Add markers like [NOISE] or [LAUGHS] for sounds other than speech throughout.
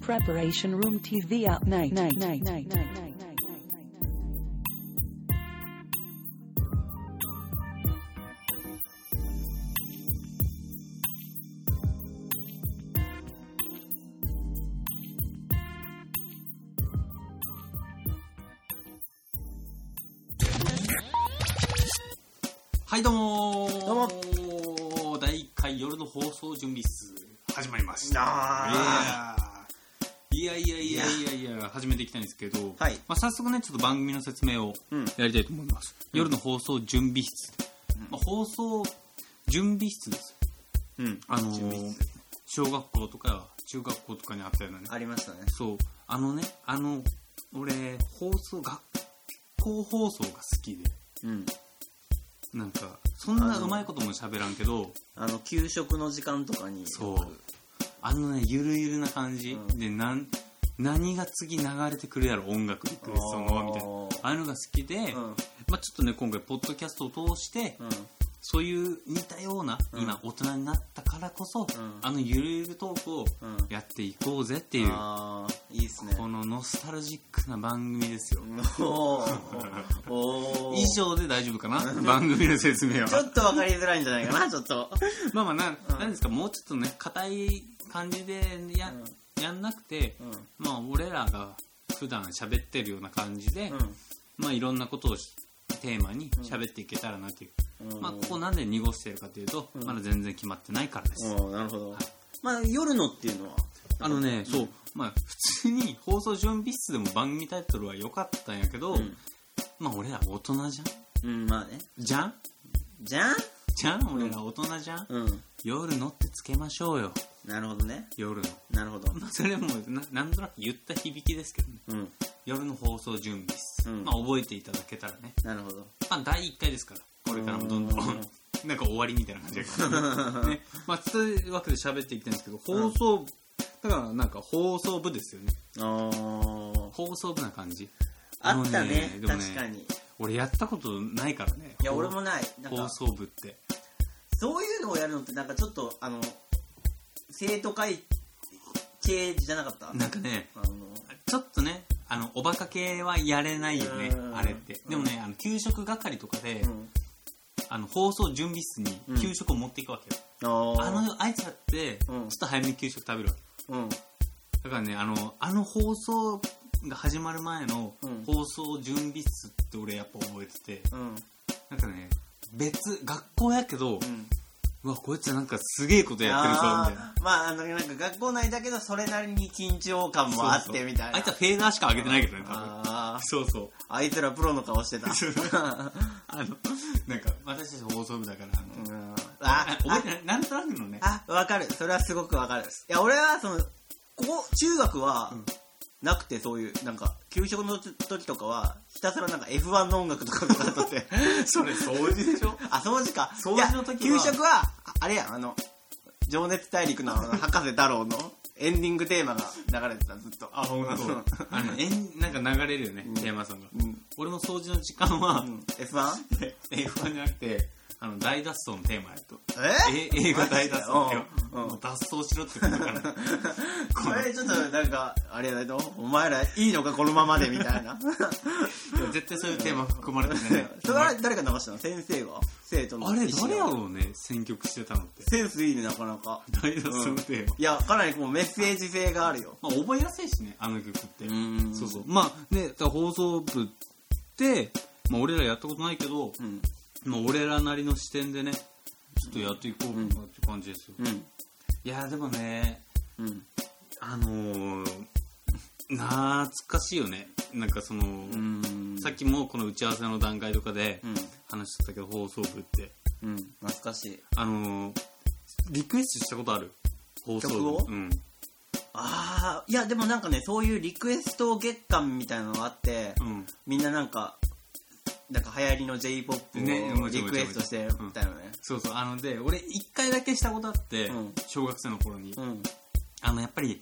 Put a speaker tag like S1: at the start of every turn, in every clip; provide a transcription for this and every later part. S1: Preparation Room TV at night. night, night, night, night.
S2: はい、どうもー
S3: ど
S2: うも第1回夜の放送準備室。
S3: 始まりました。はい
S2: やいやいやいやいや、始めていきたいんですけど、
S3: はい
S2: まあ、早速ね、ちょっと番組の説明を
S3: うん
S2: やりたいと思います。夜の放送準備室。まあ、放送準備室です。
S3: い。うん。
S2: あのー
S3: 準備室
S2: 小学校とか中学校とかにあったようなね。
S3: ありましたね。
S2: そう、あのね、あの、俺、放送、学校放送が好きで、
S3: うん。
S2: なんか、そんなうまいことも喋らんけど、
S3: あの、給食の時間とかに。
S2: そうあのね、ゆるゆるな感じ、
S3: うん
S2: でなん、何が次流れてくるやろ、音楽リクエストの、みたいな。ああいうのが好きで、
S3: いうん。
S2: まあちょっとね、今回、ポッドキャストを通して、
S3: うん。
S2: そういう似たような、
S3: うん
S2: 今、大人になったからこそ、
S3: ん
S2: あのゆるゆるトークを
S3: うん。
S2: やっていこうぜっていう、
S3: ああ、いいですね。
S2: このノスタルジックな番組ですよ。[LAUGHS]
S3: おーおー
S2: 以上で大丈夫かな番組の説明
S3: ちょ
S2: は。
S3: っとわかりづらいんじゃないかな、ちょっと。
S2: まあまあな、
S3: うん
S2: なんですか、もうちょっとね、硬い感じでや,、ん、やんなくて、
S3: うん。
S2: まあ俺らが普段喋ってるような感じで、
S3: う
S2: まあいろんなことをしテーマに喋っていけたらなっていう。
S3: ん。
S2: まあここ
S3: な。
S2: なんで濁してるかというと、
S3: うん
S2: まだ全然決まってないからです。
S3: おーなるほど。まあ、夜のっていうのは。
S2: あのね、そう、まあ普通に放送準備室でも番組タイトルは良かったんやけど、
S3: うん。
S2: まあ俺ら大人じゃん
S3: うん、まあね。
S2: じゃん
S3: じゃん
S2: じゃん俺ら大人じゃん、
S3: うん。
S2: 夜のってつけましょうよ。
S3: なるほどね。
S2: 夜の。
S3: なるほど。
S2: まあそれもななんとなく言った響きですけどね。
S3: うん。
S2: 夜の放送準備室。
S3: うん
S2: まあ覚えていただけたらね。
S3: なるほど。
S2: まあ、第1回ですから、これからもどんどん
S3: うん、
S2: なんか終わりみたいな感じだけど、ね、まあ、つうわけで喋っていきたいんですけど、放送、だからなんか放送部ですよね。
S3: あー
S2: 放送部な感じ。
S3: あったね
S2: あのでも
S3: 確かに。
S2: 俺やったことないからね。
S3: いや、俺もない。なん
S2: 放
S3: か、
S2: 送部って。
S3: そういうのをやるのって、なんかちょっと、あの、生徒会系じゃなかった
S2: なんかね、
S3: あの、
S2: ちょっとね、あの、おバカ系はやれないよね
S3: う、ん
S2: あれって。でもね、あの、給食係とかで、
S3: うん。
S2: あの、放送準備室に給食を持っていくわけよ。
S3: あ
S2: あの、あいつらって、ちょ
S3: う
S2: っ
S3: ん
S2: と早めに給食食べるわけ。
S3: の、うん。
S2: だからねあのあの放送が始まる前の
S3: うん
S2: 放送準備室って俺やっぱ覚えてて
S3: うん。
S2: なんかね別学校やけど、う
S3: うん。
S2: わこいつなんかすげえことやってるぞみたいな
S3: あーまあ、あの、なんか学校内だけど、それなりに緊張感もあっ
S2: そうそ
S3: て、
S2: う
S3: みたいな。
S2: あいつはフェーダーしか上げてないけどね多分
S3: あー
S2: そうそう
S3: あいつらプロの顔
S2: [LAUGHS]
S3: してた。
S2: あの [LAUGHS] なんか私たち放送部だからみたいな
S3: うん
S2: あ
S3: あ、
S2: 覚えてないなんとなくのね
S3: あ、わかる。それはすごくわかる。いや、俺は、その、ここ、中学は
S2: ん、
S3: なくて、そういう、なんか、給食の時とかは、ひたすらなんか F1 の音楽とかかかっと
S2: [LAUGHS]
S3: って。
S2: それ掃除でしょ
S3: あ、掃除か。
S2: 掃除の時はい
S3: や給食は、ああれやん、あの、情熱大陸の
S2: [LAUGHS]
S3: あの博士太郎のエンディングテーマが流れてた、ずっと。
S2: [LAUGHS] あほんと
S3: そう
S2: あのえんなんか流れるよね、
S3: うん
S2: テーマさんが
S3: うん。
S2: 俺の掃除の時間は、
S3: うん F1?
S2: で [LAUGHS] F1 じゃなくてあの大脱走のテーマやと
S3: え
S2: え映画大脱走って
S3: う
S2: [LAUGHS]
S3: ん
S2: もう脱走しろってことから [LAUGHS]
S3: これちょっとなんか、あれやないと、お前らいいのかこのままでみたいな。
S2: 絶対そういうテーマ含まれてない
S3: [LAUGHS] それは誰が流したの先生が生徒の
S2: あれ
S3: 意思
S2: 誰や
S3: が
S2: ろうね選曲してたのって
S3: センスいいねなかなか
S2: 大脱走のテーマ、
S3: いやかなりこうメッセージ性があるよ
S2: まあ、覚えやすいしねあの曲って
S3: ん
S2: そうそうまあねだから放送部って、まあ、俺らやったことないけど、
S3: うん
S2: まあ、俺らなりの視点でねちょっとやっていこうかなって感じですよ、
S3: うん
S2: いやでもね
S3: うん
S2: あのー、懐かしいよねなんかその、
S3: うん
S2: さっきもこの打ち合わせの段階とかで
S3: うん
S2: 話してたけど放送部って
S3: うん懐かしい
S2: あのーリクエストしたことある放送部
S3: 曲を
S2: うん
S3: ああいやでもなんかねそういうリクエスト月間みたいなのがあって
S2: うん
S3: みんななんかなんか流行りの j p o p
S2: ね
S3: をリクエストしてみたいなね
S2: そうそうあので俺一回だけしたことあって、
S3: うん
S2: 小学生の頃に、
S3: うん
S2: あのやっぱり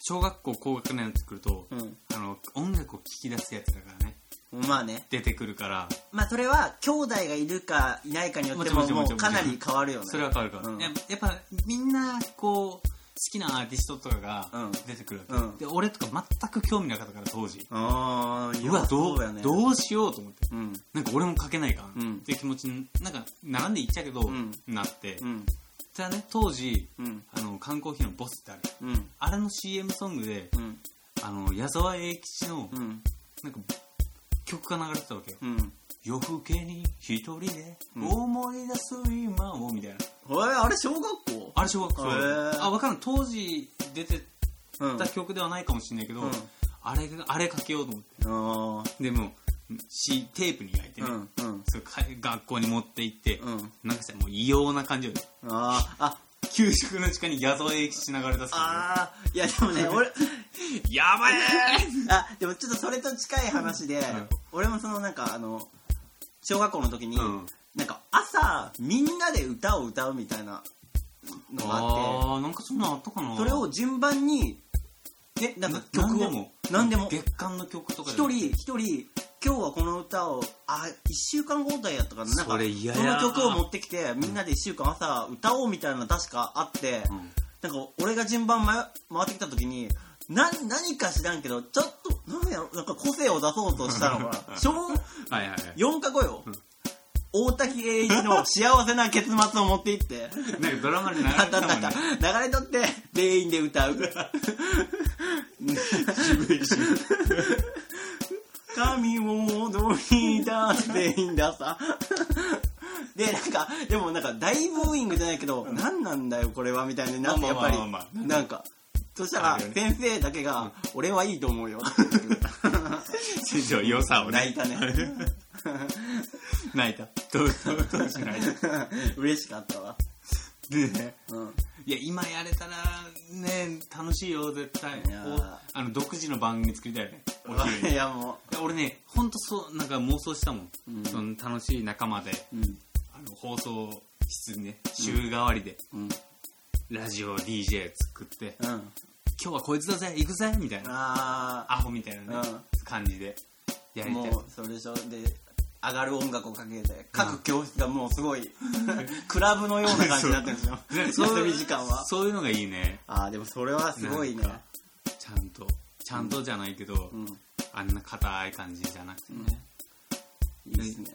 S2: 小学校高学年になってくると、
S3: うん
S2: あの音楽を聴き出すやつだからね
S3: まあね
S2: 出てくるから
S3: まあそれは兄弟がいるかいないかによっても
S2: もちろんも
S3: も
S2: ちろ
S3: うんかなり変わるよね
S2: それは変わるから、
S3: うん
S2: ややっぱみんなこうきなアーティストとかが
S3: うん
S2: 出てくるわけ、
S3: うん
S2: で俺とか全く興味なかったから当時
S3: ああ、
S2: うわど
S3: そう
S2: う
S3: やね。
S2: どうしようと思って
S3: うん。
S2: なんか俺も書けないかな、
S3: うん
S2: っていう気持ちになんか並んでいっちゃうけど、
S3: ん
S2: なって、
S3: うん。
S2: じゃあね当時
S3: うん。
S2: あの缶コーヒーのボスってある
S3: うん。
S2: あれの CM ソングで
S3: うん。
S2: あの矢沢永吉の
S3: うん。
S2: なんか曲が流れてたわけよ
S3: うん。
S2: 夜更けに一人で
S3: うん
S2: 思い出す今をみたいな
S3: えー、あれ小学校
S2: あれ小学校
S3: へー
S2: あ分かんない当時出て
S3: うん。
S2: た曲ではないかもしれないけど、
S3: うん
S2: あれあれかけようと思っ
S3: あ
S2: てでもう、しテープに焼いて
S3: ー
S2: ね、
S3: うん。うん。
S2: それか学校に持って行って、
S3: うん。
S2: なんかさもう異様な感じよね
S3: あーあ、
S2: 給食の時間に矢沢永吉流れ出すから
S3: あーいやでもね、俺、
S2: ねやばい
S3: あ、でもちょっとそれと近い話で、
S2: ん
S3: 俺もそのなんかあの、小学校の時に、
S2: うん
S3: なんか朝、みんなで歌を歌うみたいなのがあって、
S2: あーなんかそんなのあったかな
S3: それを順番に、ね、なんか曲を、
S2: 何
S3: 何
S2: で
S3: で
S2: も
S3: も
S2: 月間の曲とか
S3: 一人、一人、今日はこの歌を、あ、一週間交代やったかな。なんか
S2: それ嫌
S3: そ
S2: や
S3: の曲を持ってきて、みんなで一週間朝歌おうみたいなの確かあって、なんか俺が順番回回ってきた時に、な、何か知らんけど、ちょっと、なんやろ、なんか個性を出そうとした
S2: [LAUGHS]
S3: のかな。小、
S2: はいはいはい
S3: 4か5よ
S2: うん。
S3: 大滝栄一の幸せな結末を持っていって、
S2: なんかドラマで流れ
S3: あ
S2: て
S3: った
S2: た
S3: [LAUGHS] あ
S2: も
S3: っ
S2: ん
S3: たあ
S2: ね
S3: った流れとって、全員で歌う。
S2: [LAUGHS] 渋い渋い
S3: 神を踊りだっていいんださ。で、なんか、でもなんか大ブーイングじゃないけど、何なんだよこれはみたいになって、
S2: まあ
S3: やっ
S2: まあ
S3: ぱ
S2: まあ
S3: り
S2: まあまあ、
S3: なんか、そした
S2: あ
S3: ら
S2: るよね
S3: 先生だけが、俺はいいと思
S2: [LAUGHS]
S3: うよ。
S2: 先生は良さをね
S3: 泣いたね。
S2: 泣いたどうどうどうしないで
S3: [LAUGHS] 嬉しかったわ。 [LAUGHS]
S2: ね
S3: うん。
S2: いや今やれたらね楽しいよ絶対
S3: いやー
S2: こうあの独自の番組作りたいよねお昼に
S3: [LAUGHS] い
S2: い
S3: やも
S2: や俺ね本当そうなんか妄想したもん、
S3: うん
S2: その楽しい仲間で
S3: う、うん。
S2: あの放送室にね週替わりで
S3: うん。
S2: ラジオ DJ 作って
S3: うん。
S2: 今日はこいつだぜ行くぜみたいな
S3: あ
S2: アホみたいなね、
S3: う
S2: 感じでや
S3: ー、
S2: りたい
S3: もう、それでしょ。で、上がる音楽をかけて、各教室がもうすごい、クラブのような感じになってるんですよ。
S2: ね
S3: 休み時間は。
S2: [LAUGHS] そういうのがいいね
S3: ああでもそれはすごいね
S2: なんかちゃんとちゃんとじゃないけど、
S3: うん
S2: あんな硬い感じじゃなくてね、
S3: いいですね、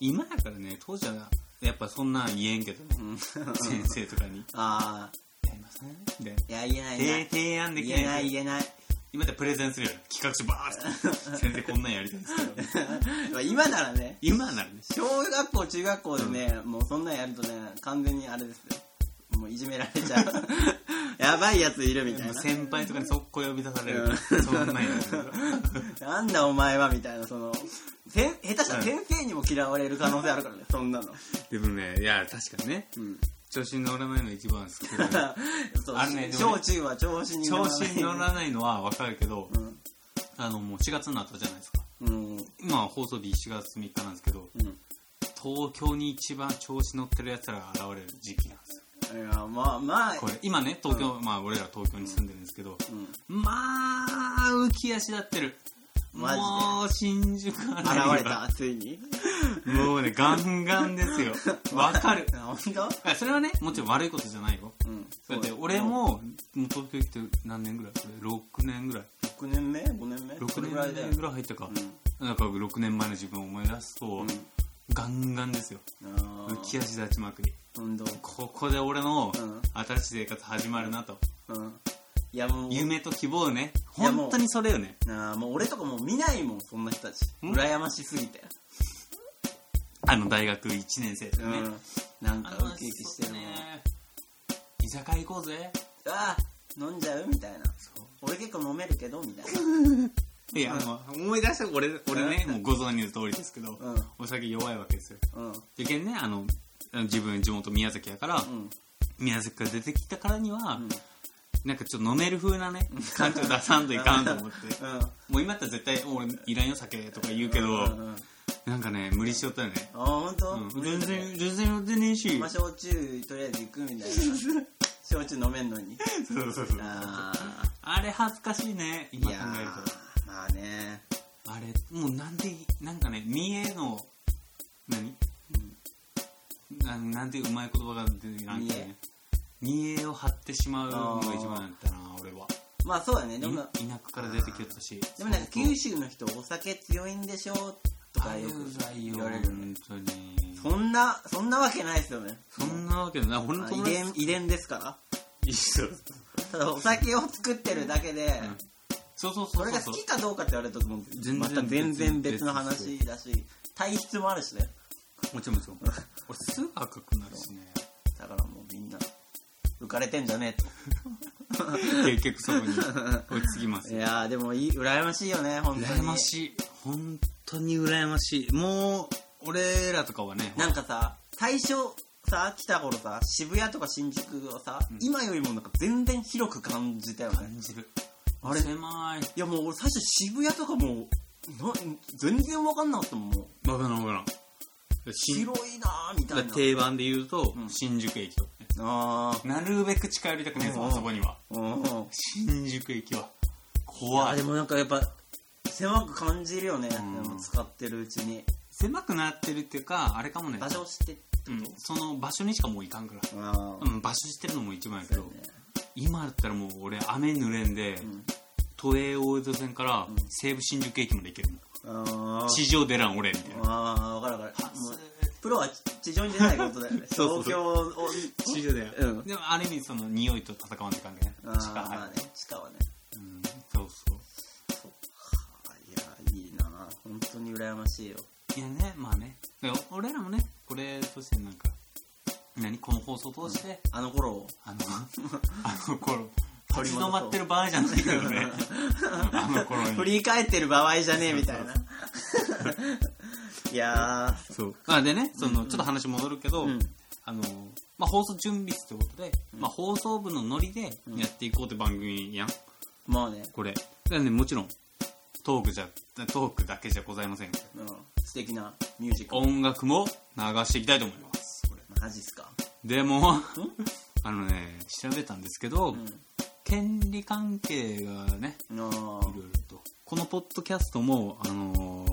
S2: 今やからね当時はやっぱそんなん言えんけどね、
S3: うん、
S2: 先生とかに
S3: [LAUGHS] ああ
S2: 「やりません?」みたいない
S3: や言えない
S2: 提
S3: ね
S2: 提案でき
S3: 言え
S2: な
S3: ないい言えない
S2: 今だったらプレゼンするよね企画書バーッて
S3: [LAUGHS]
S2: 先生こんなんやりたいんですけど
S3: まあ今ならね
S2: 今ならね
S3: 小学校中学校でね、もうそんなんやるとね完全にあれですよもういじめられちゃう
S2: [LAUGHS]
S3: やばいやついるみたい
S2: もう
S3: な
S2: 先輩とかに速攻呼び出される、
S3: うん
S2: そんなんやつ
S3: [LAUGHS] なんだお前はみたいなそのせん下手したら先生にも嫌われる可能性ある
S2: [LAUGHS]
S3: からねそんなの
S2: でもねいや確かにね
S3: うん
S2: 調子に乗らないのが一番です
S3: [LAUGHS]
S2: けど
S3: そ
S2: [LAUGHS]
S3: う
S2: あるねでもね
S3: 小中は調子に乗ら
S2: 調
S3: な
S2: 子
S3: い
S2: に乗らないのは分かるけど
S3: うん
S2: あのもう4月になったじゃないですか
S3: うん
S2: 今は放送日4月3日なんですけど
S3: うん
S2: 東京に一番調子乗ってるやつらが現れる時期なんですよ
S3: いやまあまあ
S2: これ今ね東京、まあ俺ら東京に住んでるんですけど、
S3: うん
S2: まあ浮き足立ってる
S3: マジで
S2: もう新宿現
S3: 現れたついに
S2: もうねガンガンですよわかる
S3: あ本当
S2: いやそれはねもちろん悪いことじゃないよ
S3: うん
S2: だって俺ももう東京来て何年ぐらい6年ぐらい
S3: 6年目5年目
S2: 6
S3: それぐらいだよ
S2: 年ぐらい入ったか、なんか6年前の自分を思い出すと、
S3: うん
S2: ガンガンですよ
S3: あ
S2: 浮き
S3: 合
S2: 足立ちまくり
S3: 本当
S2: ここで俺の
S3: うん
S2: 新しい生活始まるなと
S3: うんいやもう
S2: 夢と希望ね
S3: いやもう
S2: 本当にそれよね
S3: なあもう俺とかもう見ないもんそんな人たち
S2: ん
S3: 羨ましすぎて
S2: あの大学1年生と
S3: う
S2: かね、
S3: んなん
S2: あ
S3: か
S2: の
S3: ウキウキしてるもん
S2: ね居酒屋行こうぜ
S3: あ飲んじゃうみたいな俺結構飲めるけどみたいない
S2: や、あの思い出した俺俺ねもうご存知の通りですけど、
S3: うん
S2: お酒弱いわけですよ
S3: うん
S2: でけんねあのあの自分地元宮崎やから、
S3: うん
S2: 宮崎から出てきたからには、
S3: うん
S2: なんかちょっと飲める風な
S3: [LAUGHS]
S2: ね感じを出さんといかんと思って
S3: うん
S2: もう今やったら絶対「俺いらんよ酒」とか言うけど、
S3: うんうんあ
S2: なんかね無理しよったよね、
S3: 本当
S2: うん、全然全然出ねえし
S3: まあ焼酎とりあえず行く
S2: [LAUGHS]
S3: みたいな焼酎飲めんのに
S2: そうそうそう
S3: あ
S2: あれ恥ずかしいね
S3: ーい
S2: 今考
S3: や
S2: える
S3: ーまあね
S2: とあれもうなんでなんかね三重の何ななんていううまい言葉が出てきて
S3: 三重
S2: ね三陰影を張ってしまうのが一番だったな俺は
S3: まあそうだねでも
S2: 田舎から出てきよったし
S3: でもなんか
S2: そうそ
S3: 九州の人お酒強いんでしょとかよ
S2: う
S3: く
S2: ないよ
S3: 言われる
S2: 本当に
S3: そんなそんなわけないですよね
S2: そんなわけない本
S3: あ
S2: 当
S3: 遺
S2: に
S3: 伝遺伝ですから
S2: いいっすよ
S3: ただお酒を作ってるだけで、
S2: んそうそう
S3: そ
S2: そう
S3: れ
S2: そ
S3: が
S2: うそ
S3: 好
S2: う
S3: きかどうかって言われるともう
S2: 全然
S3: また全然別の話だし体質もあるしね
S2: もちろんもちろん俺すぐ赤くなるしね
S3: [LAUGHS] だからもうみんな浮かれてんじゃねえと
S2: 結局そこに追いつきます
S3: いやーでもいい [LAUGHS] 羨ましいよね本当に
S2: 羨ましい本当に羨ましいもう俺らとかはね
S3: なんかさ最初さ来た頃さ渋谷とか新宿をさ、
S2: うん
S3: 今よりもなんか全然広く感じたよね
S2: 感じる
S3: あれ
S2: 狭い
S3: いやもう俺最初渋谷とかもうな全然わかんなかったもんもう
S2: バカなバカなし
S3: 広いなーみたいな
S2: 定番で言うと、
S3: うん
S2: 新宿駅とかね
S3: あ
S2: なるべく近寄りたくないです
S3: うん
S2: あそこには
S3: ーうん
S2: 新宿駅は
S3: あ
S2: 怖
S3: で
S2: い
S3: もなんかやっぱ狭く感じるよね、
S2: うん
S3: でも使ってるうちに
S2: 狭くなってるっていうかあれかもね
S3: 場所を知ってってこと、
S2: うん、その場所にしかもう行かんから、
S3: あ
S2: うん、場所知ってるのも一番やけ
S3: ー
S2: ど、今だったらもう俺雨濡れんで、都営大江戸線から
S3: ん
S2: 西武新宿駅まで行けるもん
S3: あー
S2: 地上出らん俺みたいな
S3: あー分かる分かるもうプロは地上に出ないことだよね
S2: そうそう
S3: 東京を
S2: 地上だよ、
S3: うん
S2: でもある意味その匂いと戦わんって感じね
S3: あ
S2: 地下入
S3: ー
S2: る
S3: まあね地下はね
S2: うんそうそう
S3: いやいいな本当に羨ましいよ
S2: いやねまあねだから俺らもねこれとしてなんか何この放送を通して、
S3: あの頃を
S2: あのあの頃
S3: 取
S2: 立ち
S3: り戻そう
S2: 止まってる場合じゃないけどねあの頃に
S3: 振り返ってる場合じゃねえみたいないや
S2: そうあでねその、ちょっと話戻るけど、
S3: ーうん
S2: あのまあ、放送準備室ということで、まあ、放送部のノリでやっていこうって番組やん、
S3: まあね、
S2: これだからねもちろんトークじゃトークだけじゃございません
S3: うん、素敵なミュージック
S2: 音楽も流していきたいと思いますこれ
S3: マジっすか
S2: でもあのね調べたんですけど、
S3: う
S2: 権利関係がね
S3: んあ
S2: いろい
S3: ー
S2: ろとこのポッドキャストもあのー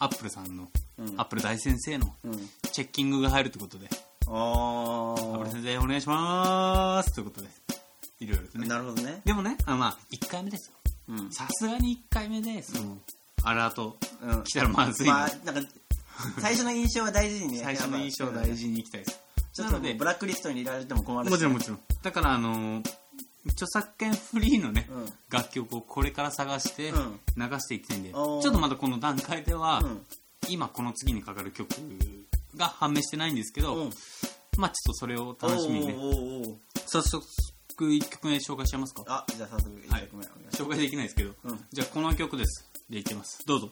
S2: アップルさんの、
S3: うん
S2: アップル大先生の
S3: うん
S2: チェッキングが入るということで
S3: あ
S2: アップル
S3: ー
S2: 先生お願いしますということでいろいろとね
S3: なるほどね
S2: でもね、あのまあ、1回目ですよ。
S3: うん
S2: さすがに1回目で、その、アラート
S3: うん
S2: 来たらまずいの、
S3: まあなんか最初の印象は大事にね
S2: 最初の印象を大事にいきたいです。
S3: ちょっ
S2: な
S3: と
S2: の
S3: もう
S2: で、
S3: ブラックリストに入れられても困るし
S2: もちろんもちろん。だから、あのー著作権フリーのね、
S3: うん
S2: 楽曲をこれから探して
S3: うん
S2: 流していきたいんで、
S3: おー
S2: ちょっとまだこの段階では、
S3: うん
S2: 今この次にかかる曲が判明してないんですけど、
S3: うん
S2: まあちょっとそれを楽しみにね、
S3: おうおうおうおう
S2: 早速1曲目紹介しちゃいますか
S3: あじゃあ早速一曲目お願いし
S2: 紹介できないですけど、
S3: うん
S2: じゃあこの曲ですでいきますどうぞ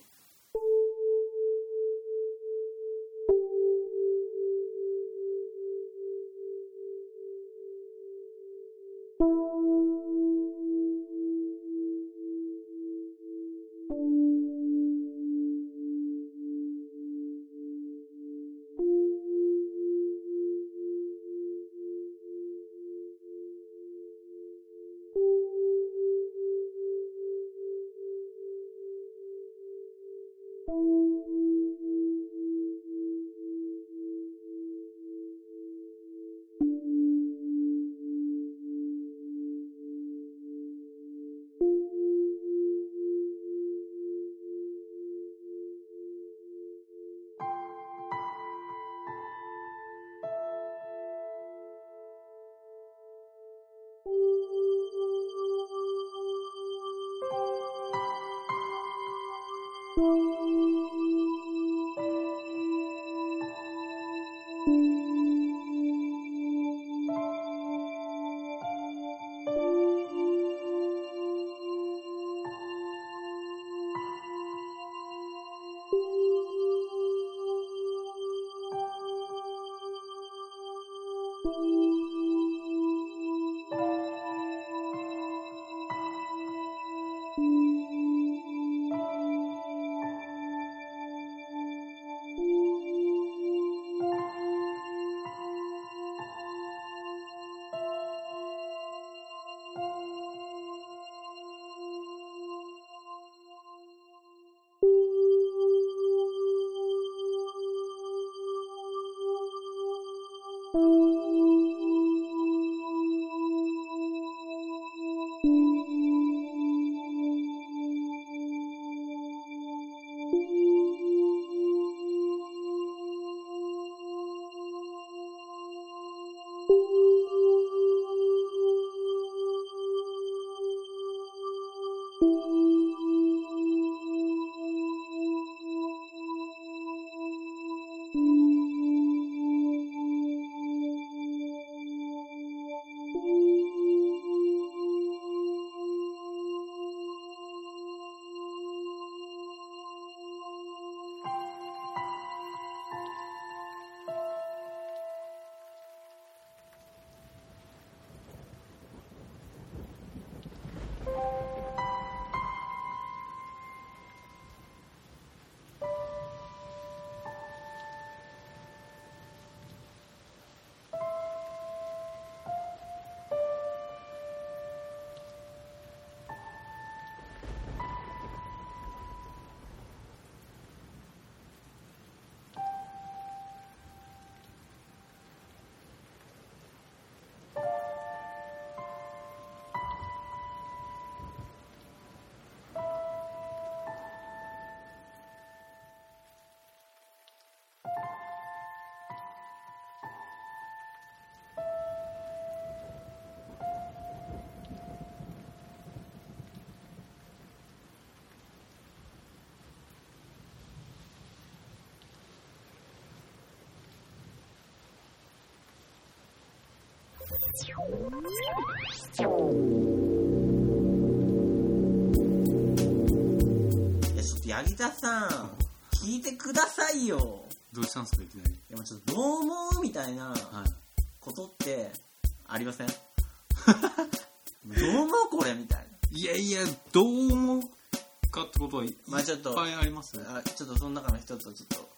S3: ますいや、ちょっと柳田さん、聞いてくださいよ。
S2: どうしたんですかいきなり
S3: いや、もうちょっとどう思うみたいな
S2: はい
S3: ことってありません [LAUGHS] どう思うこれみたいな。
S2: いやいや、どう思うかってことはいいっ
S3: まあちょっと、
S2: ぱいありますね。
S3: あちょっとその中の人とちょっと、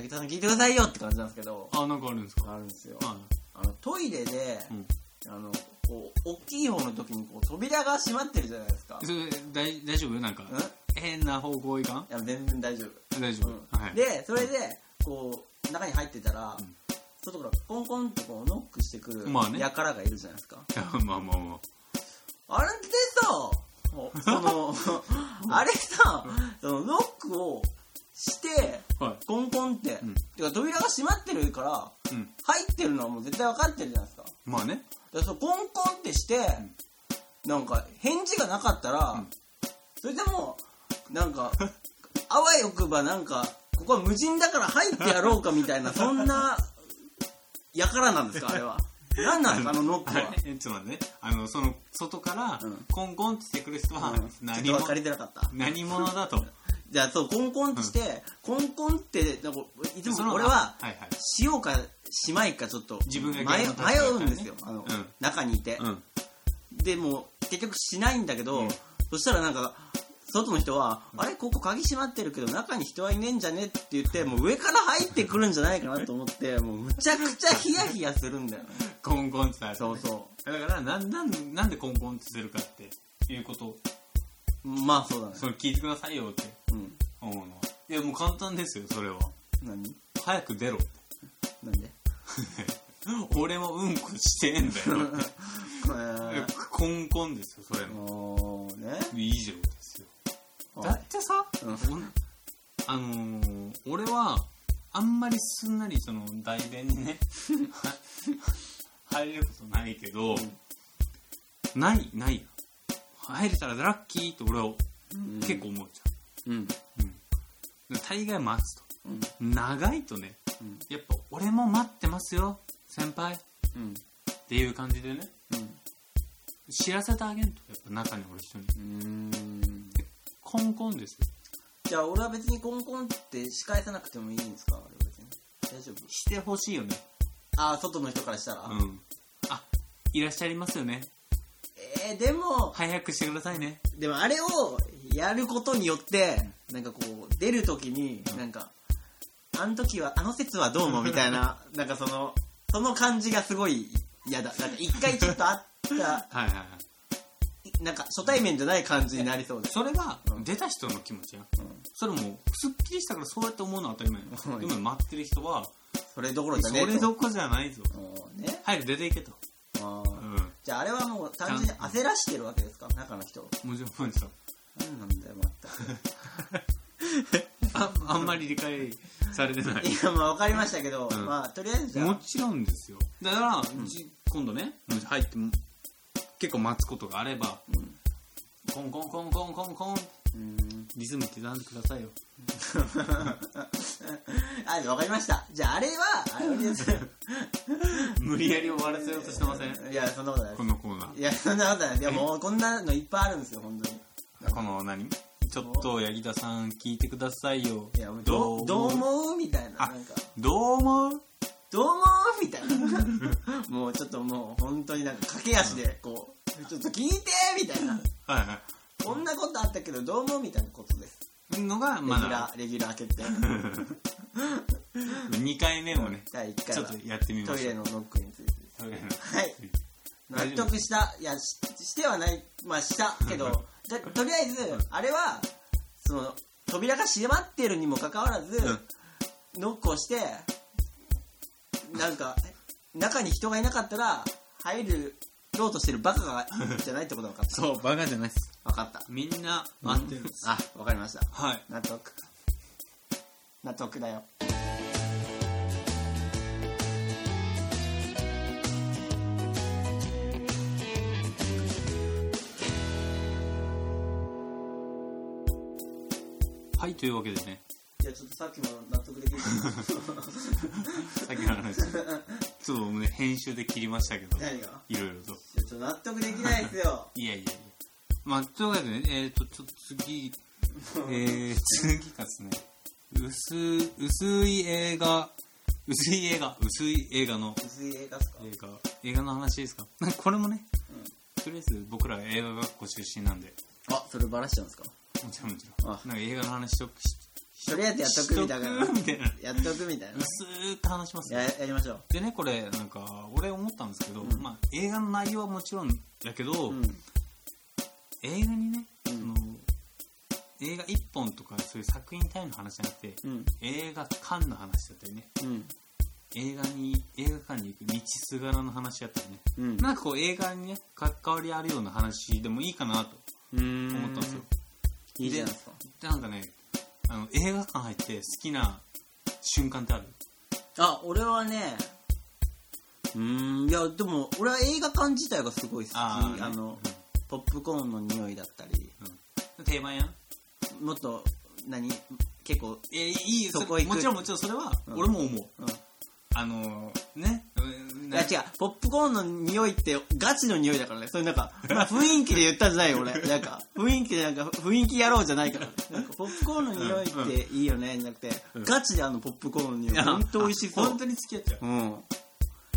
S3: 柳田さん聞いてくださいよって感じなんですけど、
S2: あ、なんかあるんですか
S3: あるんですよ。
S2: は
S3: あの、トイレで、
S2: い。うん。
S3: あの、こう、大きい方の時にこう扉が閉まってるじゃないですか。
S2: それ、大大丈夫なんか
S3: うん、い
S2: 変な方向いかん
S3: や、全然大丈夫。
S2: 大丈夫。はい。
S3: でそれでこう中に入ってたら、
S2: うん
S3: 外からコンコンってこうノックしてくる
S2: まあね
S3: やからがいるじゃないですか、
S2: [LAUGHS] まあまあま
S3: あ、れってさもうその
S2: [LAUGHS]
S3: あれさそのノックをして
S2: あ。は
S3: コンコンって、
S2: うん
S3: てか扉が閉まってるから
S2: い。うん。
S3: 入ってるのはもう絶対分かってるじゃないですかだか
S2: まあね。
S3: らそのコンコンってして、なんか返事がなかったら、
S2: うん
S3: それでもなんか [LAUGHS] あわよくばなんかここは無人だから入ってやろうか
S2: [LAUGHS]
S3: みたいなそんなやからなんですかあれは何なんですかあのノックは
S2: はい、え [LAUGHS] ちょっと待ってね。あの、その、外から
S3: うん、
S2: コンコンってしてくる人は
S3: うん、ち
S2: 何
S3: ょ
S2: も
S3: っと分、かりづらかった
S2: 何者だ
S3: [LAUGHS]
S2: と。
S3: じゃあそうコンコンってして、コンコンってなんかいつ
S2: その
S3: も俺は
S2: はいはい。
S3: しようかしまいかちょっと
S2: 自分が
S3: 迷
S2: 逆の立場だからね
S3: 迷うんですよあの、
S2: うん
S3: 中にいて、
S2: うん。
S3: でもう結局しないんだけど、
S2: うん
S3: そしたらなんか外の人は、あれここ鍵閉まってるけど中に人はいねえんじゃねって言ってもう上から入ってくるんじゃないかなと思ってもうむちゃくちゃヒヤヒヤするんだよね
S2: コンコンってさ、
S3: そうそ
S2: だから、なん、なん、なんでコンコンってするかっていうことを、
S3: うまあそうだね
S2: それ聞いてくださいよって
S3: うん
S2: 思うのは。いや、もう簡単ですよ、それは。
S3: 何
S2: 早く出ろ。
S3: なんで [LAUGHS]
S2: 俺もうんこしてえんだ
S3: [LAUGHS]
S2: よ。いや
S3: え
S2: コンコンですよ、それ
S3: ー
S2: も。
S3: もうね
S2: いいじゃんですよ。だ
S3: は
S2: ってさ、
S3: い
S2: おんあのー、俺は、あんまりすんなりその代弁にね、 [LAUGHS] 入れることないけど、ない、ないよ。入れたらラッキーって俺は
S3: うん
S2: 結構思うじ
S3: うん
S2: ゃん。うん。大概待つと。
S3: うん
S2: 長いとね、
S3: うん
S2: やっぱ俺も待ってますよ、先輩っ
S3: うん
S2: ていう感じでね、知らせてあげんと、やっぱ中に俺人に。
S3: うん
S2: コンコンですよ。
S3: じゃあ俺は別にコンコンって仕返さなくてもいいんですかあれ別に大丈夫
S2: してほしいよね。
S3: ああ外の人からしたら、
S2: うん。あ、いらっしゃいますよね。
S3: えー、でも
S2: 早くしてくださいね。
S3: でもあれをやることによってなんかこう出る時に
S2: うん
S3: なんかあの時はあの説はどうもみたいななんかそのその感じがすごい嫌だなんか一回ちょっと会った
S2: はいはいはい。
S3: いなんか初対面じゃない感じになりそうです
S2: それは
S3: うん
S2: 出た人の気持ちや。
S3: うん
S2: それもう、すっきりしたからそうやって思うのは当たり前や
S3: は。い
S2: でも待ってる人は、
S3: それどころじゃ
S2: そ
S3: ねえ
S2: れ
S3: と
S2: どこじゃないぞ。
S3: もうね
S2: 早く出ていけと。
S3: あ
S2: う
S3: ー
S2: ん。
S3: じゃああれはもう単純に焦らしてるわけですか中の人を
S2: もちろん、もちろん。
S3: 何なんだよまった
S2: ああんまり理解されてない
S3: く。いやまあ分かりましたけど、
S2: うん
S3: まあとりあえずじゃ
S2: も
S3: あ
S2: ちろんですよ。だから、じ今度ね、入っても、結構待つことがあれば、
S3: うん
S2: コンコンコンコンコンコン、
S3: うん
S2: リズム刻んでくだ
S3: [LAUGHS]
S2: さいよ。
S3: あ分かりましたじゃああれはあれです
S2: 無理やり終わらせようとしてません
S3: いや、そんなことないで
S2: このコーナ
S3: す。いや、そんなことないです。いや、もうこんなのいっぱいあるんですよ、本当に。
S2: ー。この何ちょっと、八木田さん聞いてくださいよ。
S3: いや、もうどう、どう思うみたいな。
S2: あ
S3: なんか、
S2: どう思う
S3: どう思うみたいな。もうちょっともう、本当になんか駆け足で、こう、ちょっと聞いてみたいな。
S2: はいは
S3: こんなことあったけど、どう思うみたいなことです。
S2: い。のが、
S3: レギュ
S2: ま
S3: ラー、レギュラー決定。
S2: [LAUGHS] だ、2回目もね、
S3: 第1
S2: ち
S3: 回
S2: ょっ
S3: は
S2: とやってみま
S3: トイ
S2: しょ
S3: レ
S2: う。
S3: のノックについてです。
S2: トイレの。
S3: はい。納得した。いや、ししてはない、まあしたけど、だとりあえず、あれは、その、扉が閉まってるにもかかわらず、ノックをして、なんか、中に人がいなかったら、入ろうとしてるバカが、じゃないってことが分かった。
S2: そう、バカじゃないっす。
S3: 分かった。
S2: みんな待ってるんです。
S3: あ、分かりました。
S2: はい。
S3: 納得。納得だよ。
S2: はい、というわけでね、
S3: や、ちょっとさっきも納得できる。
S2: さっきの話ちょっと僕ね編集で切りましたけど
S3: [LAUGHS] 何が
S2: いろいろと
S3: いやちょっと納得できないですよ。
S2: いやいやいやまあというわけでねえっ、とちょっと [LAUGHS] 次えー、次がですね薄薄い映画薄い映画薄い映画の
S3: 薄い映画っすか
S2: 映画映画の話ですかこれもね
S3: うん
S2: とりあえず僕ら映画学校出身なんで
S3: あ、それバラしちゃうんですか
S2: もちろんもちろん
S3: あ
S2: なんか映画の話しとくし
S3: とりあえずやっとくみたいな
S2: しとくみたいな
S3: やっとくみたいな。
S2: 薄ーく話します
S3: や、やりましょう。
S2: でねこれなんか俺思ったんですけど、
S3: うん
S2: まあ、映画の内容はもちろんだけど、
S3: うん。
S2: 映画にね、
S3: う
S2: そ
S3: ん
S2: の映画1本とかそういう作品単位の話じゃなくて、
S3: うん。
S2: 映画館の話だったりね
S3: うん。
S2: 映画に映画館に行く道すがらの話だったりね
S3: うん。
S2: なんかこう映画にね関わりあるような話でもいいかなと
S3: うん
S2: 思ったんですよ。
S3: いいじゃないですか。
S2: でなんかねあの映画館入って好きな瞬間ってある
S3: あ、俺はね、うーん、いや、でも、俺は映画館自体がすごい好き。
S2: あ
S3: あ
S2: ー
S3: の、ポップコーンの匂いだったり、
S2: うん定番やん
S3: もっと、何結構、
S2: えいいそ
S3: そこ
S2: こ
S3: 行く
S2: もちろんもちろんそれは
S3: うん
S2: 俺も思う、
S3: うん。
S2: あのーねうん
S3: いや違う、ポップコーンの匂いってガチの匂いだからね。それな
S2: [LAUGHS]
S3: んか、まあ、雰囲気で言ったんじゃないよ、俺。なんか、雰囲気でなんか、雰囲気野郎じゃないから。なんか、ポップコーンの匂いっていいよね、じゃなくて、
S2: うん
S3: ガチであのポップコーンの匂い。ほんと美味しそ
S2: 本
S3: う
S2: 当。に好きやっちゃ
S3: うん。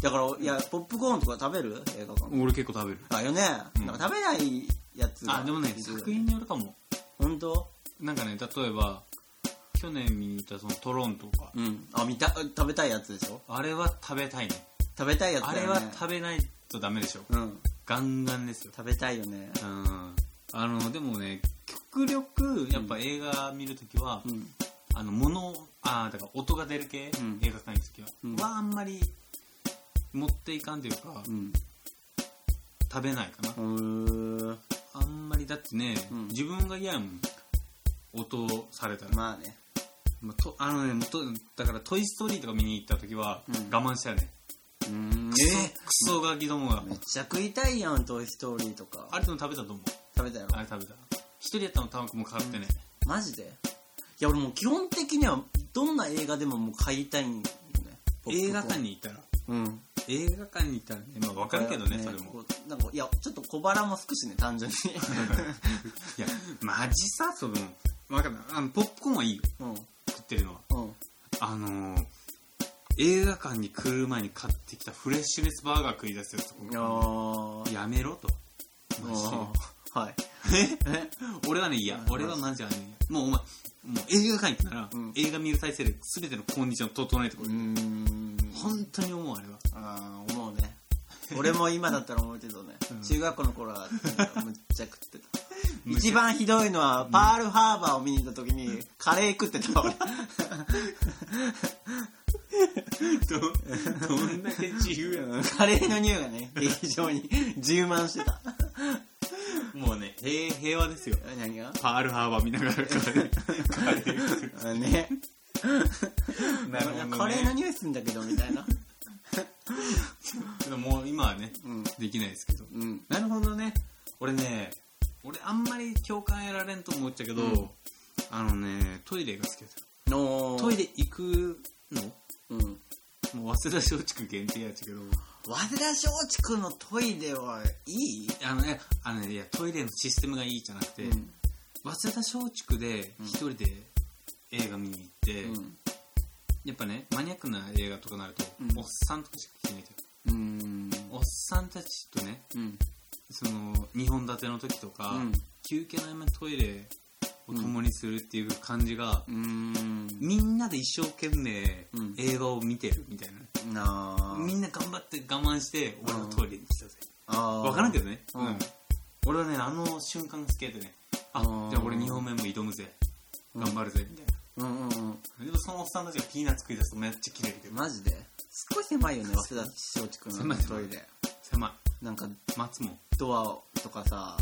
S3: だから、いや、ポップコーンとか食べる映画館。
S2: う俺結構食べる
S3: あ、よね。
S2: うん
S3: なんか食べないやつが
S2: あでもね
S3: いる
S2: 作品によるかも
S3: ほんと
S2: なんかね例えば去年見に行ったそのトロンとか、
S3: うん。あ、見た、食べたいやつでしょ
S2: あれは食べたいね
S3: 食べたいやつ
S2: あ
S3: だ
S2: れ
S3: よね。
S2: は食べないとダメでしょ
S3: うん。
S2: ガンガンですよ
S3: 食べたいよね。
S2: うんあのでもね極力やっぱ映画見るときは、
S3: うん。
S2: あの物をあーだから音が出る系、
S3: うん
S2: 映画館に行くときは、
S3: うん
S2: はあんまり持っていかんというか、
S3: うん。
S2: 食べないかな、
S3: うーん。
S2: あんまりだってね、
S3: うん
S2: 自分が嫌やもん音をされたら、
S3: まあね。
S2: まあとあのねもうとだから「トイ・ストーリー」とか見に行った時は、
S3: うん
S2: 我慢したよね
S3: うーん
S2: クソ,、クソガキどもが、
S3: めっちゃ食いたいやん「トイ・ストーリー」とか
S2: あれでも食べたと思う
S3: 食べたやろ
S2: あれ食べた一人やったのタバコも買ってね、
S3: マジでいや俺もう基本的にはどんな映画でももう買いたいんよね
S2: 映画館
S3: に
S2: に行ったら
S3: うん
S2: 映画館に行ったらね、まあ、分かるけどねそれも
S3: こうなんかいやちょっと小腹もすくしね単
S2: [LAUGHS]
S3: 純に
S2: いやマジさその分かんないあのポップコーンはいいよ
S3: うん
S2: 食ってるのは
S3: うん
S2: あのー映画館に来る前に買ってきたフレッシュネスバーガー食い出すやつ
S3: あー
S2: やめろとマジで
S3: あーはい
S2: 俺はね、いや、
S3: うん
S2: 俺はマジはね、もうお前、もう映画館行ったら、
S3: うん
S2: 映画見る体制で全てのコンディションを整えてこ
S3: う
S2: い。
S3: ーん
S2: 本当に思う、あれは。
S3: あー思う
S2: [LAUGHS]
S3: ね俺も今だったら思うけどね、
S2: うん
S3: 中学校の頃はむっちゃ食ってた
S2: むっちゃ
S3: 一番ひどいのはパールハーバーを見に行った時にカレー食ってた俺
S2: ど、どんだけ自由やな。
S3: カレーの匂いが
S2: [LAUGHS]
S3: ね非常に充満してた
S2: もうね、平平和ですよ。
S3: 何が
S2: パールハーバー見ながらカレー、カレー食う。
S3: あね
S2: なるほどね
S3: カレーの匂いすんだけどみたいな
S2: でももう今はね、
S3: うん
S2: できないですけど。
S3: うん
S2: なるほどね。俺ね、俺あんまり共感得られんと思っちゃうけど、
S3: うん
S2: あのね、トイレが好きだった。
S3: の
S2: トイレ行くの
S3: うん
S2: もう早稲田松竹限定やっちゃうけど、
S3: 早稲田松竹のトイレはいい
S2: あのね、あのね、いや、トイレのシステムがいいじゃなくて、
S3: うん
S2: 早稲田松竹で
S3: うん
S2: 一人で映画見に行って、やっぱね、マニアックな映画とかなると、
S3: うん
S2: おっさんとかしか来てないけど、
S3: うん
S2: おっさんたちとね、
S3: うん
S2: その、2本立ての時とか、
S3: うん
S2: 休憩の合間にトイレを共にするっていう感じが、
S3: うん
S2: みんなで一生懸命
S3: うん
S2: 映画を見てるみたいな、
S3: なあ
S2: みんな頑張って我慢して、俺はトイレに行ってたぜ。
S3: わ
S2: 分からんけ
S3: ど
S2: どね、
S3: うん
S2: 俺はねあの瞬間好きやでねあ
S3: あー
S2: じゃあ俺2本目も挑むぜ
S3: うん
S2: 頑張るぜみたいな、
S3: うんうんうん
S2: でもそのおっさんたちがピーナッツ食い出すとめっちゃキレるけど
S3: マジで少し狭いよね早稲田松竹の
S2: 狭い狭
S3: ト
S2: い
S3: イレ
S2: 狭
S3: なんか
S2: い待つもん
S3: ドアとか
S2: [LAUGHS]
S3: さ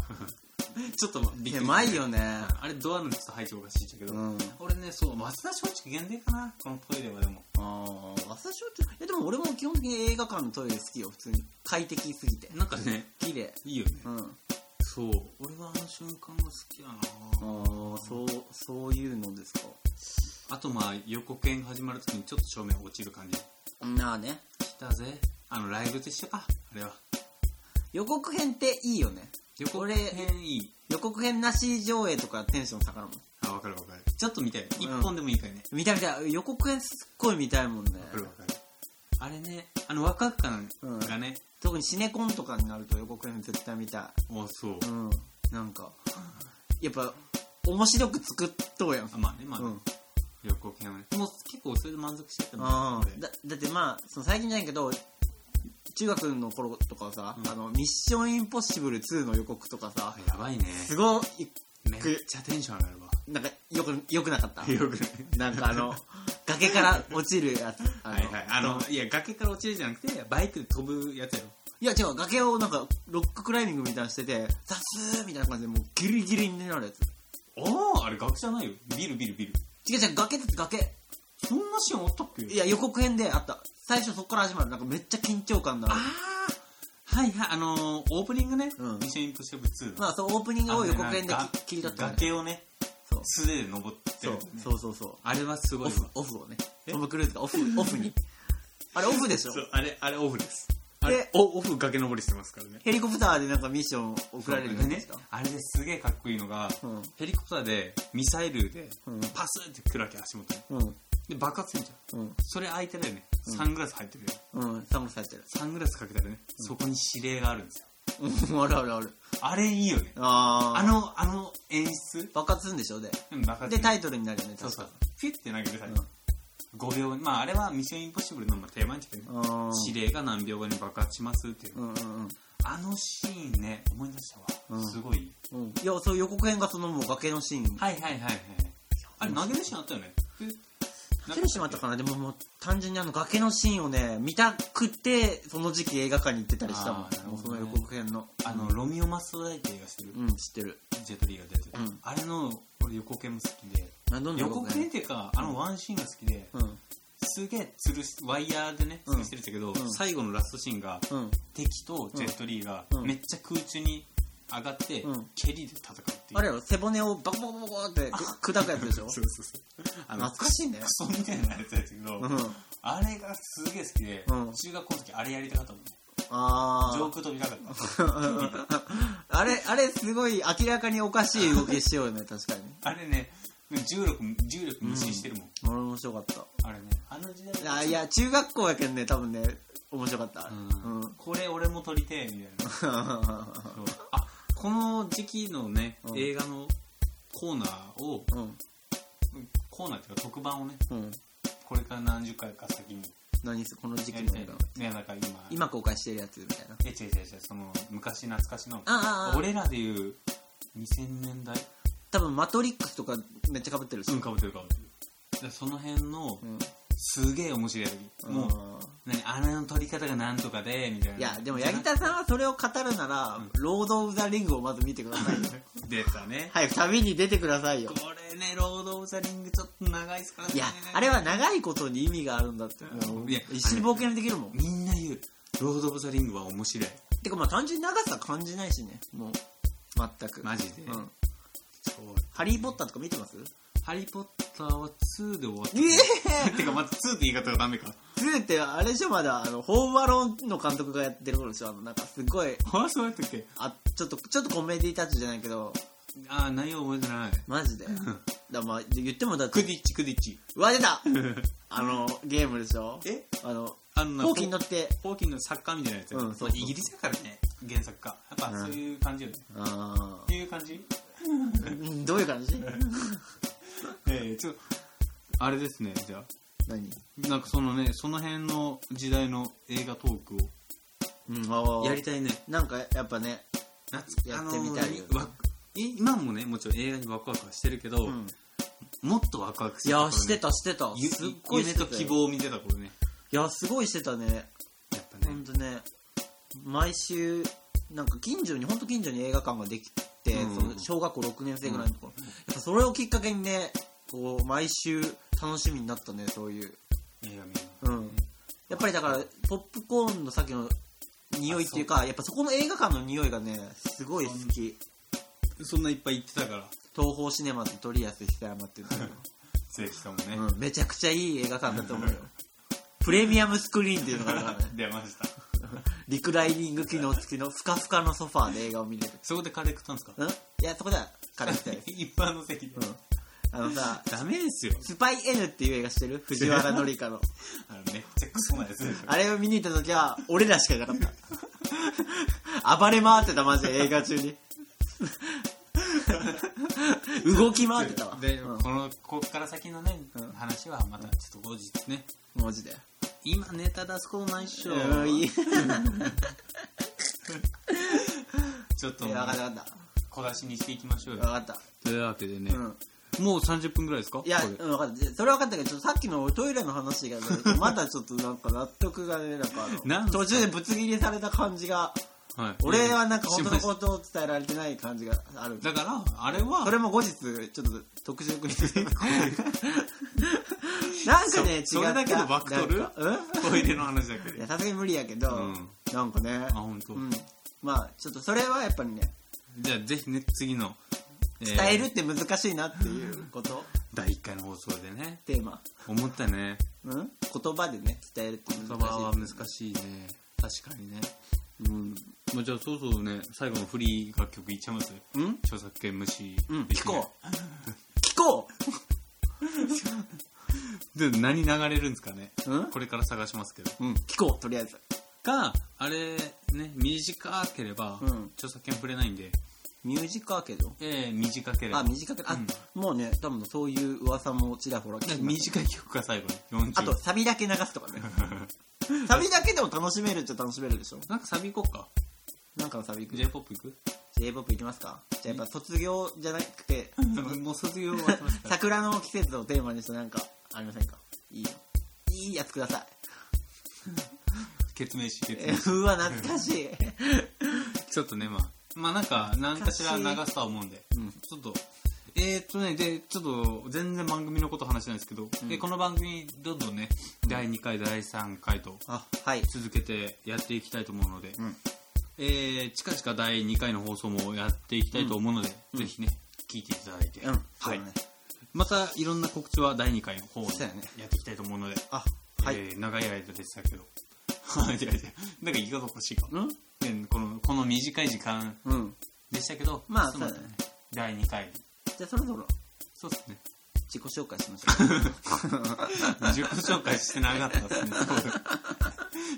S2: ちょっとびっくり
S3: 狭い
S2: [LAUGHS]
S3: よね
S2: あれドアのちょっと配置おかしいっちゃうけど、
S3: うん
S2: 俺ねそう早稲田松竹限定かなこのトイレはでも
S3: ああ、朝焼酎。え、でも俺も基本的に映画館のトイレ好きよ、普通に。快適すぎて。
S2: なんかね
S3: 綺麗。
S2: いいよね、
S3: うん。あ
S2: そう俺はあの瞬間が好きやな
S3: あ、そう、そういうのですか。
S2: あとまあ予告編始まるときにちょっと照明落ちる感じ
S3: なあね
S2: 来たぜあのライブと一緒かあれは
S3: 予告編っていいよね
S2: 予告編いい
S3: 予告編なし上映とかテンション下がるもん
S2: あ分かる分かるちょっと見たい一
S3: うん
S2: 本でもいいからね
S3: 見たい見たい予告編すっごい見たいもんね
S2: 分かる分かるあれねあのワクワク感
S3: うん
S2: がね、
S3: 特にシネコンとかになると予告編絶対見た
S2: あそう
S3: いうんなんかやっぱ面白く作っとうやん
S2: あまあねまあね、
S3: うん
S2: 予告編はねもう結構それで満足してたもん
S3: うんだだってまあその最近じゃないけど中学の頃とかはさ、
S2: うん
S3: あのミッションインポッシブル2の予告とかさ
S2: あ、やばいね
S3: すごい
S2: めっちゃテンション上がるわ
S3: なんかよくよくなかっ
S2: [LAUGHS]
S3: た
S2: よくね
S3: なんか
S2: [LAUGHS]
S3: あの崖から落ちるやつあの
S2: はいはいあのいや崖から落ちるじゃなくてバイクで飛ぶやつやろ
S3: いや違う崖をなんかロッククライミングみたいなのしてて「ザスー」みたいな感じでもうギリギリになるやつ
S2: あああれ崖じゃないよビルビルビル
S3: 違う違う崖だって崖
S2: そんなシーンあったっけ
S3: いや予告編であった最初そこから始まるなんかめっちゃ緊張感のある
S2: ああはいはいあのー、オープニングね、
S3: うん
S2: ミッションインポッシブル2の
S3: まあそのオープニングを予告編で
S2: あのね
S3: き切り取ったんだよ
S2: 崖をね
S3: そう
S2: 素手で登ってる
S3: そ
S2: や
S3: う
S2: つね
S3: そうそうそう
S2: あれはすごい
S3: オ
S2: わ
S3: フオフをね
S2: え
S3: トム・クルーズが
S2: [LAUGHS]
S3: オフオフにあれオフでしょ
S2: そうあれあれオフですあれ
S3: で
S2: おオフ崖登りしてますからね
S3: ヘリコプターでなんかミッション送られるんですか
S2: あれですげえかっこいいのが、
S3: うん
S2: ヘリコプターでミサイルで
S3: うん
S2: パスって来るわけ足元に
S3: うん
S2: で爆発するじゃん
S3: うん
S2: それ開いてないよねサングラス入ってるよ、
S3: うんサングラス入ってる
S2: サングラスかけたらね、そこに指令があるんですよ
S3: うんあるあるある
S2: あれいいよね
S3: あー
S2: あのあの演出
S3: 爆発するんでしょで
S2: うん爆発
S3: でタイトルになるよね
S2: そう
S3: 確
S2: そ
S3: か
S2: うピュッて投げる最後、5秒まああれはミッションインポッシブルのまあ定番ですけどね
S3: あー
S2: 指令が何秒後に爆発しますっていう、
S3: うんうん
S2: あのシーンね思い出したわ、
S3: うん
S2: すごい
S3: うんうんいやそう予告編がそのもう崖のシーン
S2: はいはいはいはいあれ投げるシーンあったよね
S3: なってしまったかなでももう単純にあの崖のシーンをね見たくてその時期映画館に行ってたりしたもん
S2: あーなる
S3: もうそ
S2: ほど
S3: の
S2: ね
S3: 予告編の
S2: あのロミオ・マストダイって映画してる、
S3: うん知ってる
S2: ジェットリーが出てる、
S3: うん
S2: あれの俺予告編も好きで
S3: あどんな
S2: 予
S3: 予
S2: 告
S3: 告
S2: 編っ
S3: 編
S2: ていうかあのワンシーンが好きで、
S3: うん
S2: すげえ吊るしワイヤーでね
S3: うん
S2: 吊るしてるんだけど、
S3: うん
S2: 最後のラストシーンが、
S3: うん
S2: 敵とジェットリーが
S3: うん
S2: めっちゃ空中に上がって、
S3: うん
S2: 蹴りで戦うっていう
S3: あれやろ背骨をバコバコバコってく砕くやつでしょ
S2: そうそうそうあの
S3: 懐かしいね
S2: クソみたいなやつやけど、
S3: うん
S2: あれがすげえ好きで、
S3: うん
S2: 中学校の時あれやりたかったもんね上
S3: あ
S2: 空飛びたかった
S3: あ [LAUGHS] あれあれすごい明らかにおかしい動きしようよね [LAUGHS] 確かに
S2: あれね重力重力無視してるもん、
S3: 俺面白かった
S2: あれねあの時代
S3: あいや中学校やけんね多分ね面白かった
S2: うん
S3: うん [LAUGHS]
S2: これ俺も撮りてえみたいなそうあこの時期のね、
S3: うん
S2: 映画のコーナーを
S3: うん
S2: コーナーっていうか特番をね
S3: うん
S2: これから何十回か先に
S3: 何すこの時
S2: やり
S3: 期の
S2: たい
S3: 映
S2: ねい
S3: 画
S2: やなんか今
S3: 今公開してるやつみたいな
S2: え違う違う違うその昔懐かしの
S3: あああ
S2: 俺らでいう2000年代
S3: 多分マトリックスとかめっちゃ被ってるし
S2: うんかぶってるかぶってるだからその辺の
S3: うん
S2: すげえ面白いやつもう何あれの撮り方がなんとかでみたいない
S3: やでも柳田さんはそれを語るなら「ロード・オブ・ザ・リング」をまず見てくださいよ
S2: 出たね
S3: 早く旅に出てくださいよ
S2: これねロード・オブ・ザ・リングちょっと長いですからね
S3: いやあれは長いことに意味があるんだって
S2: うんいや
S3: 一緒に冒険できるもん
S2: みんな言うロード・オブ・ザ・リングは面白い
S3: てかまあ単純に長さ感じないしねもう全く
S2: マジで、
S3: うん
S2: そう
S3: ハリー・ポッターとか見てます
S2: ハリー・ポッターは2で終わった
S3: え [LAUGHS] え
S2: てかまず2って言い方がダメか
S3: 2ってあれでしょまだあのホームアローンの監督がやってる頃でしょあのなんかすごい
S2: あそうやったっけ
S3: あちょっとちょっとコメディタッチじゃないけど
S2: ああ内容覚えてない
S3: マジでだからまあ言ってもだ
S2: クディッチクディッチ
S3: うわ出 [LAUGHS] たあのゲームでしょ
S2: え
S3: あの
S2: あのな
S3: 飛行機に乗って
S2: ホーキンの作家みたいなやつや、
S3: うんそうそう
S2: イギリスだからね原作家やっぱそういう感じよね、
S3: あ
S2: っていう感じ
S3: ーどういう感じ
S2: ええちょあれですねじゃ
S3: 何
S2: あなんかそのねその辺の時代の映画トークを
S3: うんあ
S2: やりたいね
S3: なんかやっぱね
S2: 夏
S3: やってみたいよね
S2: あのわ今もねもちろん映画にワクワクはしてるけど、
S3: うん
S2: もっとワクワクす
S3: い
S2: る
S3: やして
S2: た
S3: たしてた
S2: ゆ
S3: すっごいして
S2: 夢と
S3: たよ
S2: 希望を見てた頃ね
S3: いやすごいしてたね
S2: やっぱ
S3: ほ
S2: ね
S3: んとね毎週なんか近所にほんと近所に映画館ができて、
S2: うん
S3: その小学校6年生ぐらいの頃、やっぱそれをきっかけにねこう毎週楽しみになったねそういう
S2: 映画見る
S3: うんやっぱりだからポップコーンのさっきの匂いっていうかやっぱそこの映画館の匂いがねすごい好き
S2: のそんないっぱい行ってたから
S3: [LAUGHS] 東宝シネマとリアス久山っていうの
S2: ぜひともね、
S3: うん、めちゃくちゃいい映画館だと思うよ。プレミアムスクリーンっていうのがあるからね、
S2: 出ました
S3: リクライニング機能付きのふかふかのソファーで映画を見れる。
S2: そこでカレー食ったんですか
S3: うんいや、そこでは彼みたいです。
S2: 一般の席で、
S3: うん。あのさ、
S2: ダメですよ
S3: スパイ N っていう映画してる藤原紀香の。
S2: あのめっちゃクソなやつでしょ
S3: あれを見に行った時は、俺らしかいなかった。暴れ回ってた、マジで映画中に。動き回ってたわ。
S2: で、
S3: うん
S2: このこっから先のね、
S3: うん
S2: 話はまたちょっと後日ね
S3: マジで。
S2: 今ネタ出すことないっしょ、
S3: うん [LAUGHS] いい。
S2: ちょっと
S3: 分かった分かっ
S2: 小出しにしていきましょう
S3: た。
S2: よ
S3: 分かった。
S2: というわけでね、
S3: うん。
S2: もう30分ぐらいですか
S3: いや、
S2: こ
S3: う
S2: れ
S3: ん分かった。それは分かったけど、ちょっとさっきのトイレの話がね、まだちょっとなんか納得がね、なんかあ
S2: なん
S3: の、
S2: すか
S3: 途中でぶつ切りされた感じが、
S2: はい、
S3: 俺はなんか本当の
S2: しま
S3: こ
S2: し
S3: とを伝えられてない感じがある
S2: た。だからあれは
S3: それも後日、ちょっと特集組して。なんかね、違った。
S2: そそれだけで枠取る
S3: なんかうん
S2: トイレの話だけ
S3: [LAUGHS] い
S2: で
S3: や、さすがに無理やけど、
S2: うん
S3: なんかね
S2: あ、本当、
S3: うん。まあ、ちょっとそれはやっぱりね、
S2: じゃあぜひね次の、えー
S3: 伝えるって難しいなっていうこと、
S2: 第1回の放送でね
S3: テーマ。
S2: 思ったね
S3: うん言葉でね、伝えるって難しい。
S2: 言葉は難しいね確かにね
S3: うん。
S2: もうじゃあそうそうね最後のフリー楽曲いっちゃいます
S3: うん
S2: 著作権無視
S3: うん、
S2: でき
S3: 聞
S2: ない
S3: こう。聞こ
S2: で何流れるんですかね
S3: う。うん
S2: これから探しますけど
S3: うん、聞こう、とりあえず。
S2: があれね短ければ
S3: うん
S2: 著作権触れないんで、
S3: ミュージックアーケード
S2: えー短ければ
S3: あ、短く、あ、もうね、多分そういう噂もちらほら聞きま
S2: なん
S3: す
S2: か短い曲が最後に40
S3: あと、サビだけ流す
S2: [LAUGHS]
S3: とかね。サビだけでも楽しめるっちゃ楽しめるでしょ。
S2: なんかサビ行こうか
S3: なんかのサビいく
S2: j p o p 行く
S3: J-POP いきますかじゃあやっぱ卒業じゃなくて、
S2: もう卒業終わってますから
S3: 桜の季節をテーマにしてなんかありませんかいいのいいやつください。
S2: 決明し決
S3: え
S2: 明し
S3: うわ、懐かしい。
S2: ちょっとねまあまあなんか何かしら流すとは思うんで
S3: うん。
S2: ちょっとえー、っとねでちょっと全然番組のこと話してないですけど、
S3: ん
S2: でこの番組どんどんね第2回第3回と
S3: あ、はい。
S2: 続けてやっていきたいと思うので、
S3: うん
S2: えー近々第2回の放送もやっていきたいと思うので、
S3: うん
S2: ぜひね聞いていただいて、
S3: うん。
S2: は
S3: そう
S2: い
S3: だね、
S2: またいろんな告知は第2回の方
S3: そう
S2: で
S3: やね
S2: やっていきたいと思うので、
S3: あ、はい。
S2: えー長い間でしたけどはいいやいやなんか言い方欲しいか
S3: うん
S2: ねこのこの短い時間
S3: うん。
S2: でしたけど
S3: まあ
S2: ちょっと
S3: そうだね
S2: 第2回
S3: じゃあそろそろ
S2: そうです
S3: [LAUGHS]
S2: ね
S3: 自己紹介しましょう。
S2: 自己紹介してなかったです
S3: [LAUGHS]
S2: ね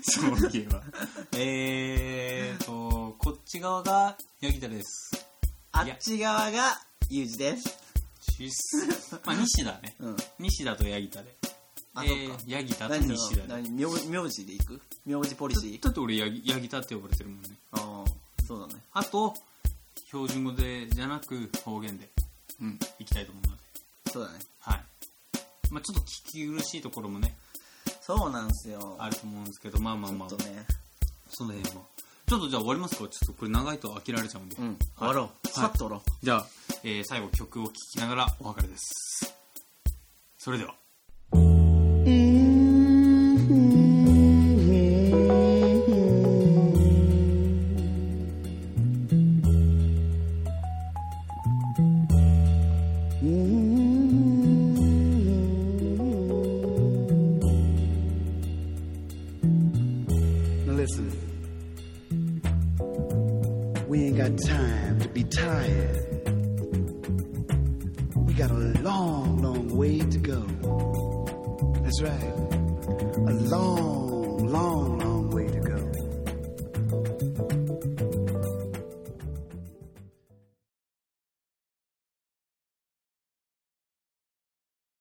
S2: そうそういうはえーとこっち側がヤギタです
S3: あっち側がユージです。
S2: シス
S3: [LAUGHS]
S2: まあ西田ね
S3: うん。
S2: 西田とヤギタで
S3: あ、
S2: えー
S3: そっか。
S2: ヤギタと
S3: 何の
S2: 西、田で
S3: 何、名名字でいく名字ポリシー
S2: だって俺ヤギヤギタって呼ばれてるもんね
S3: ああ、そうだね。
S2: あと標準語でじゃなく方言で
S3: うん。
S2: いきたいと思うので
S3: そうだね。
S2: はいまあちょっと聞き苦しいところもね
S3: そうなんですよ。
S2: あると思うんですけどまあまあ
S3: ちょ
S2: ま
S3: っ
S2: あ
S3: とね。
S2: その辺はちょっとじゃあ終わりますかちょっとこれ長いと飽きられちゃうんで、
S3: うん。終わろう。さっと終わろう。
S2: じゃあ、えー最後曲を聴きながらお別れですそれでは
S4: Now listen, we ain't got time to be tired. We got a long, long way to go. That's right. A long, long, long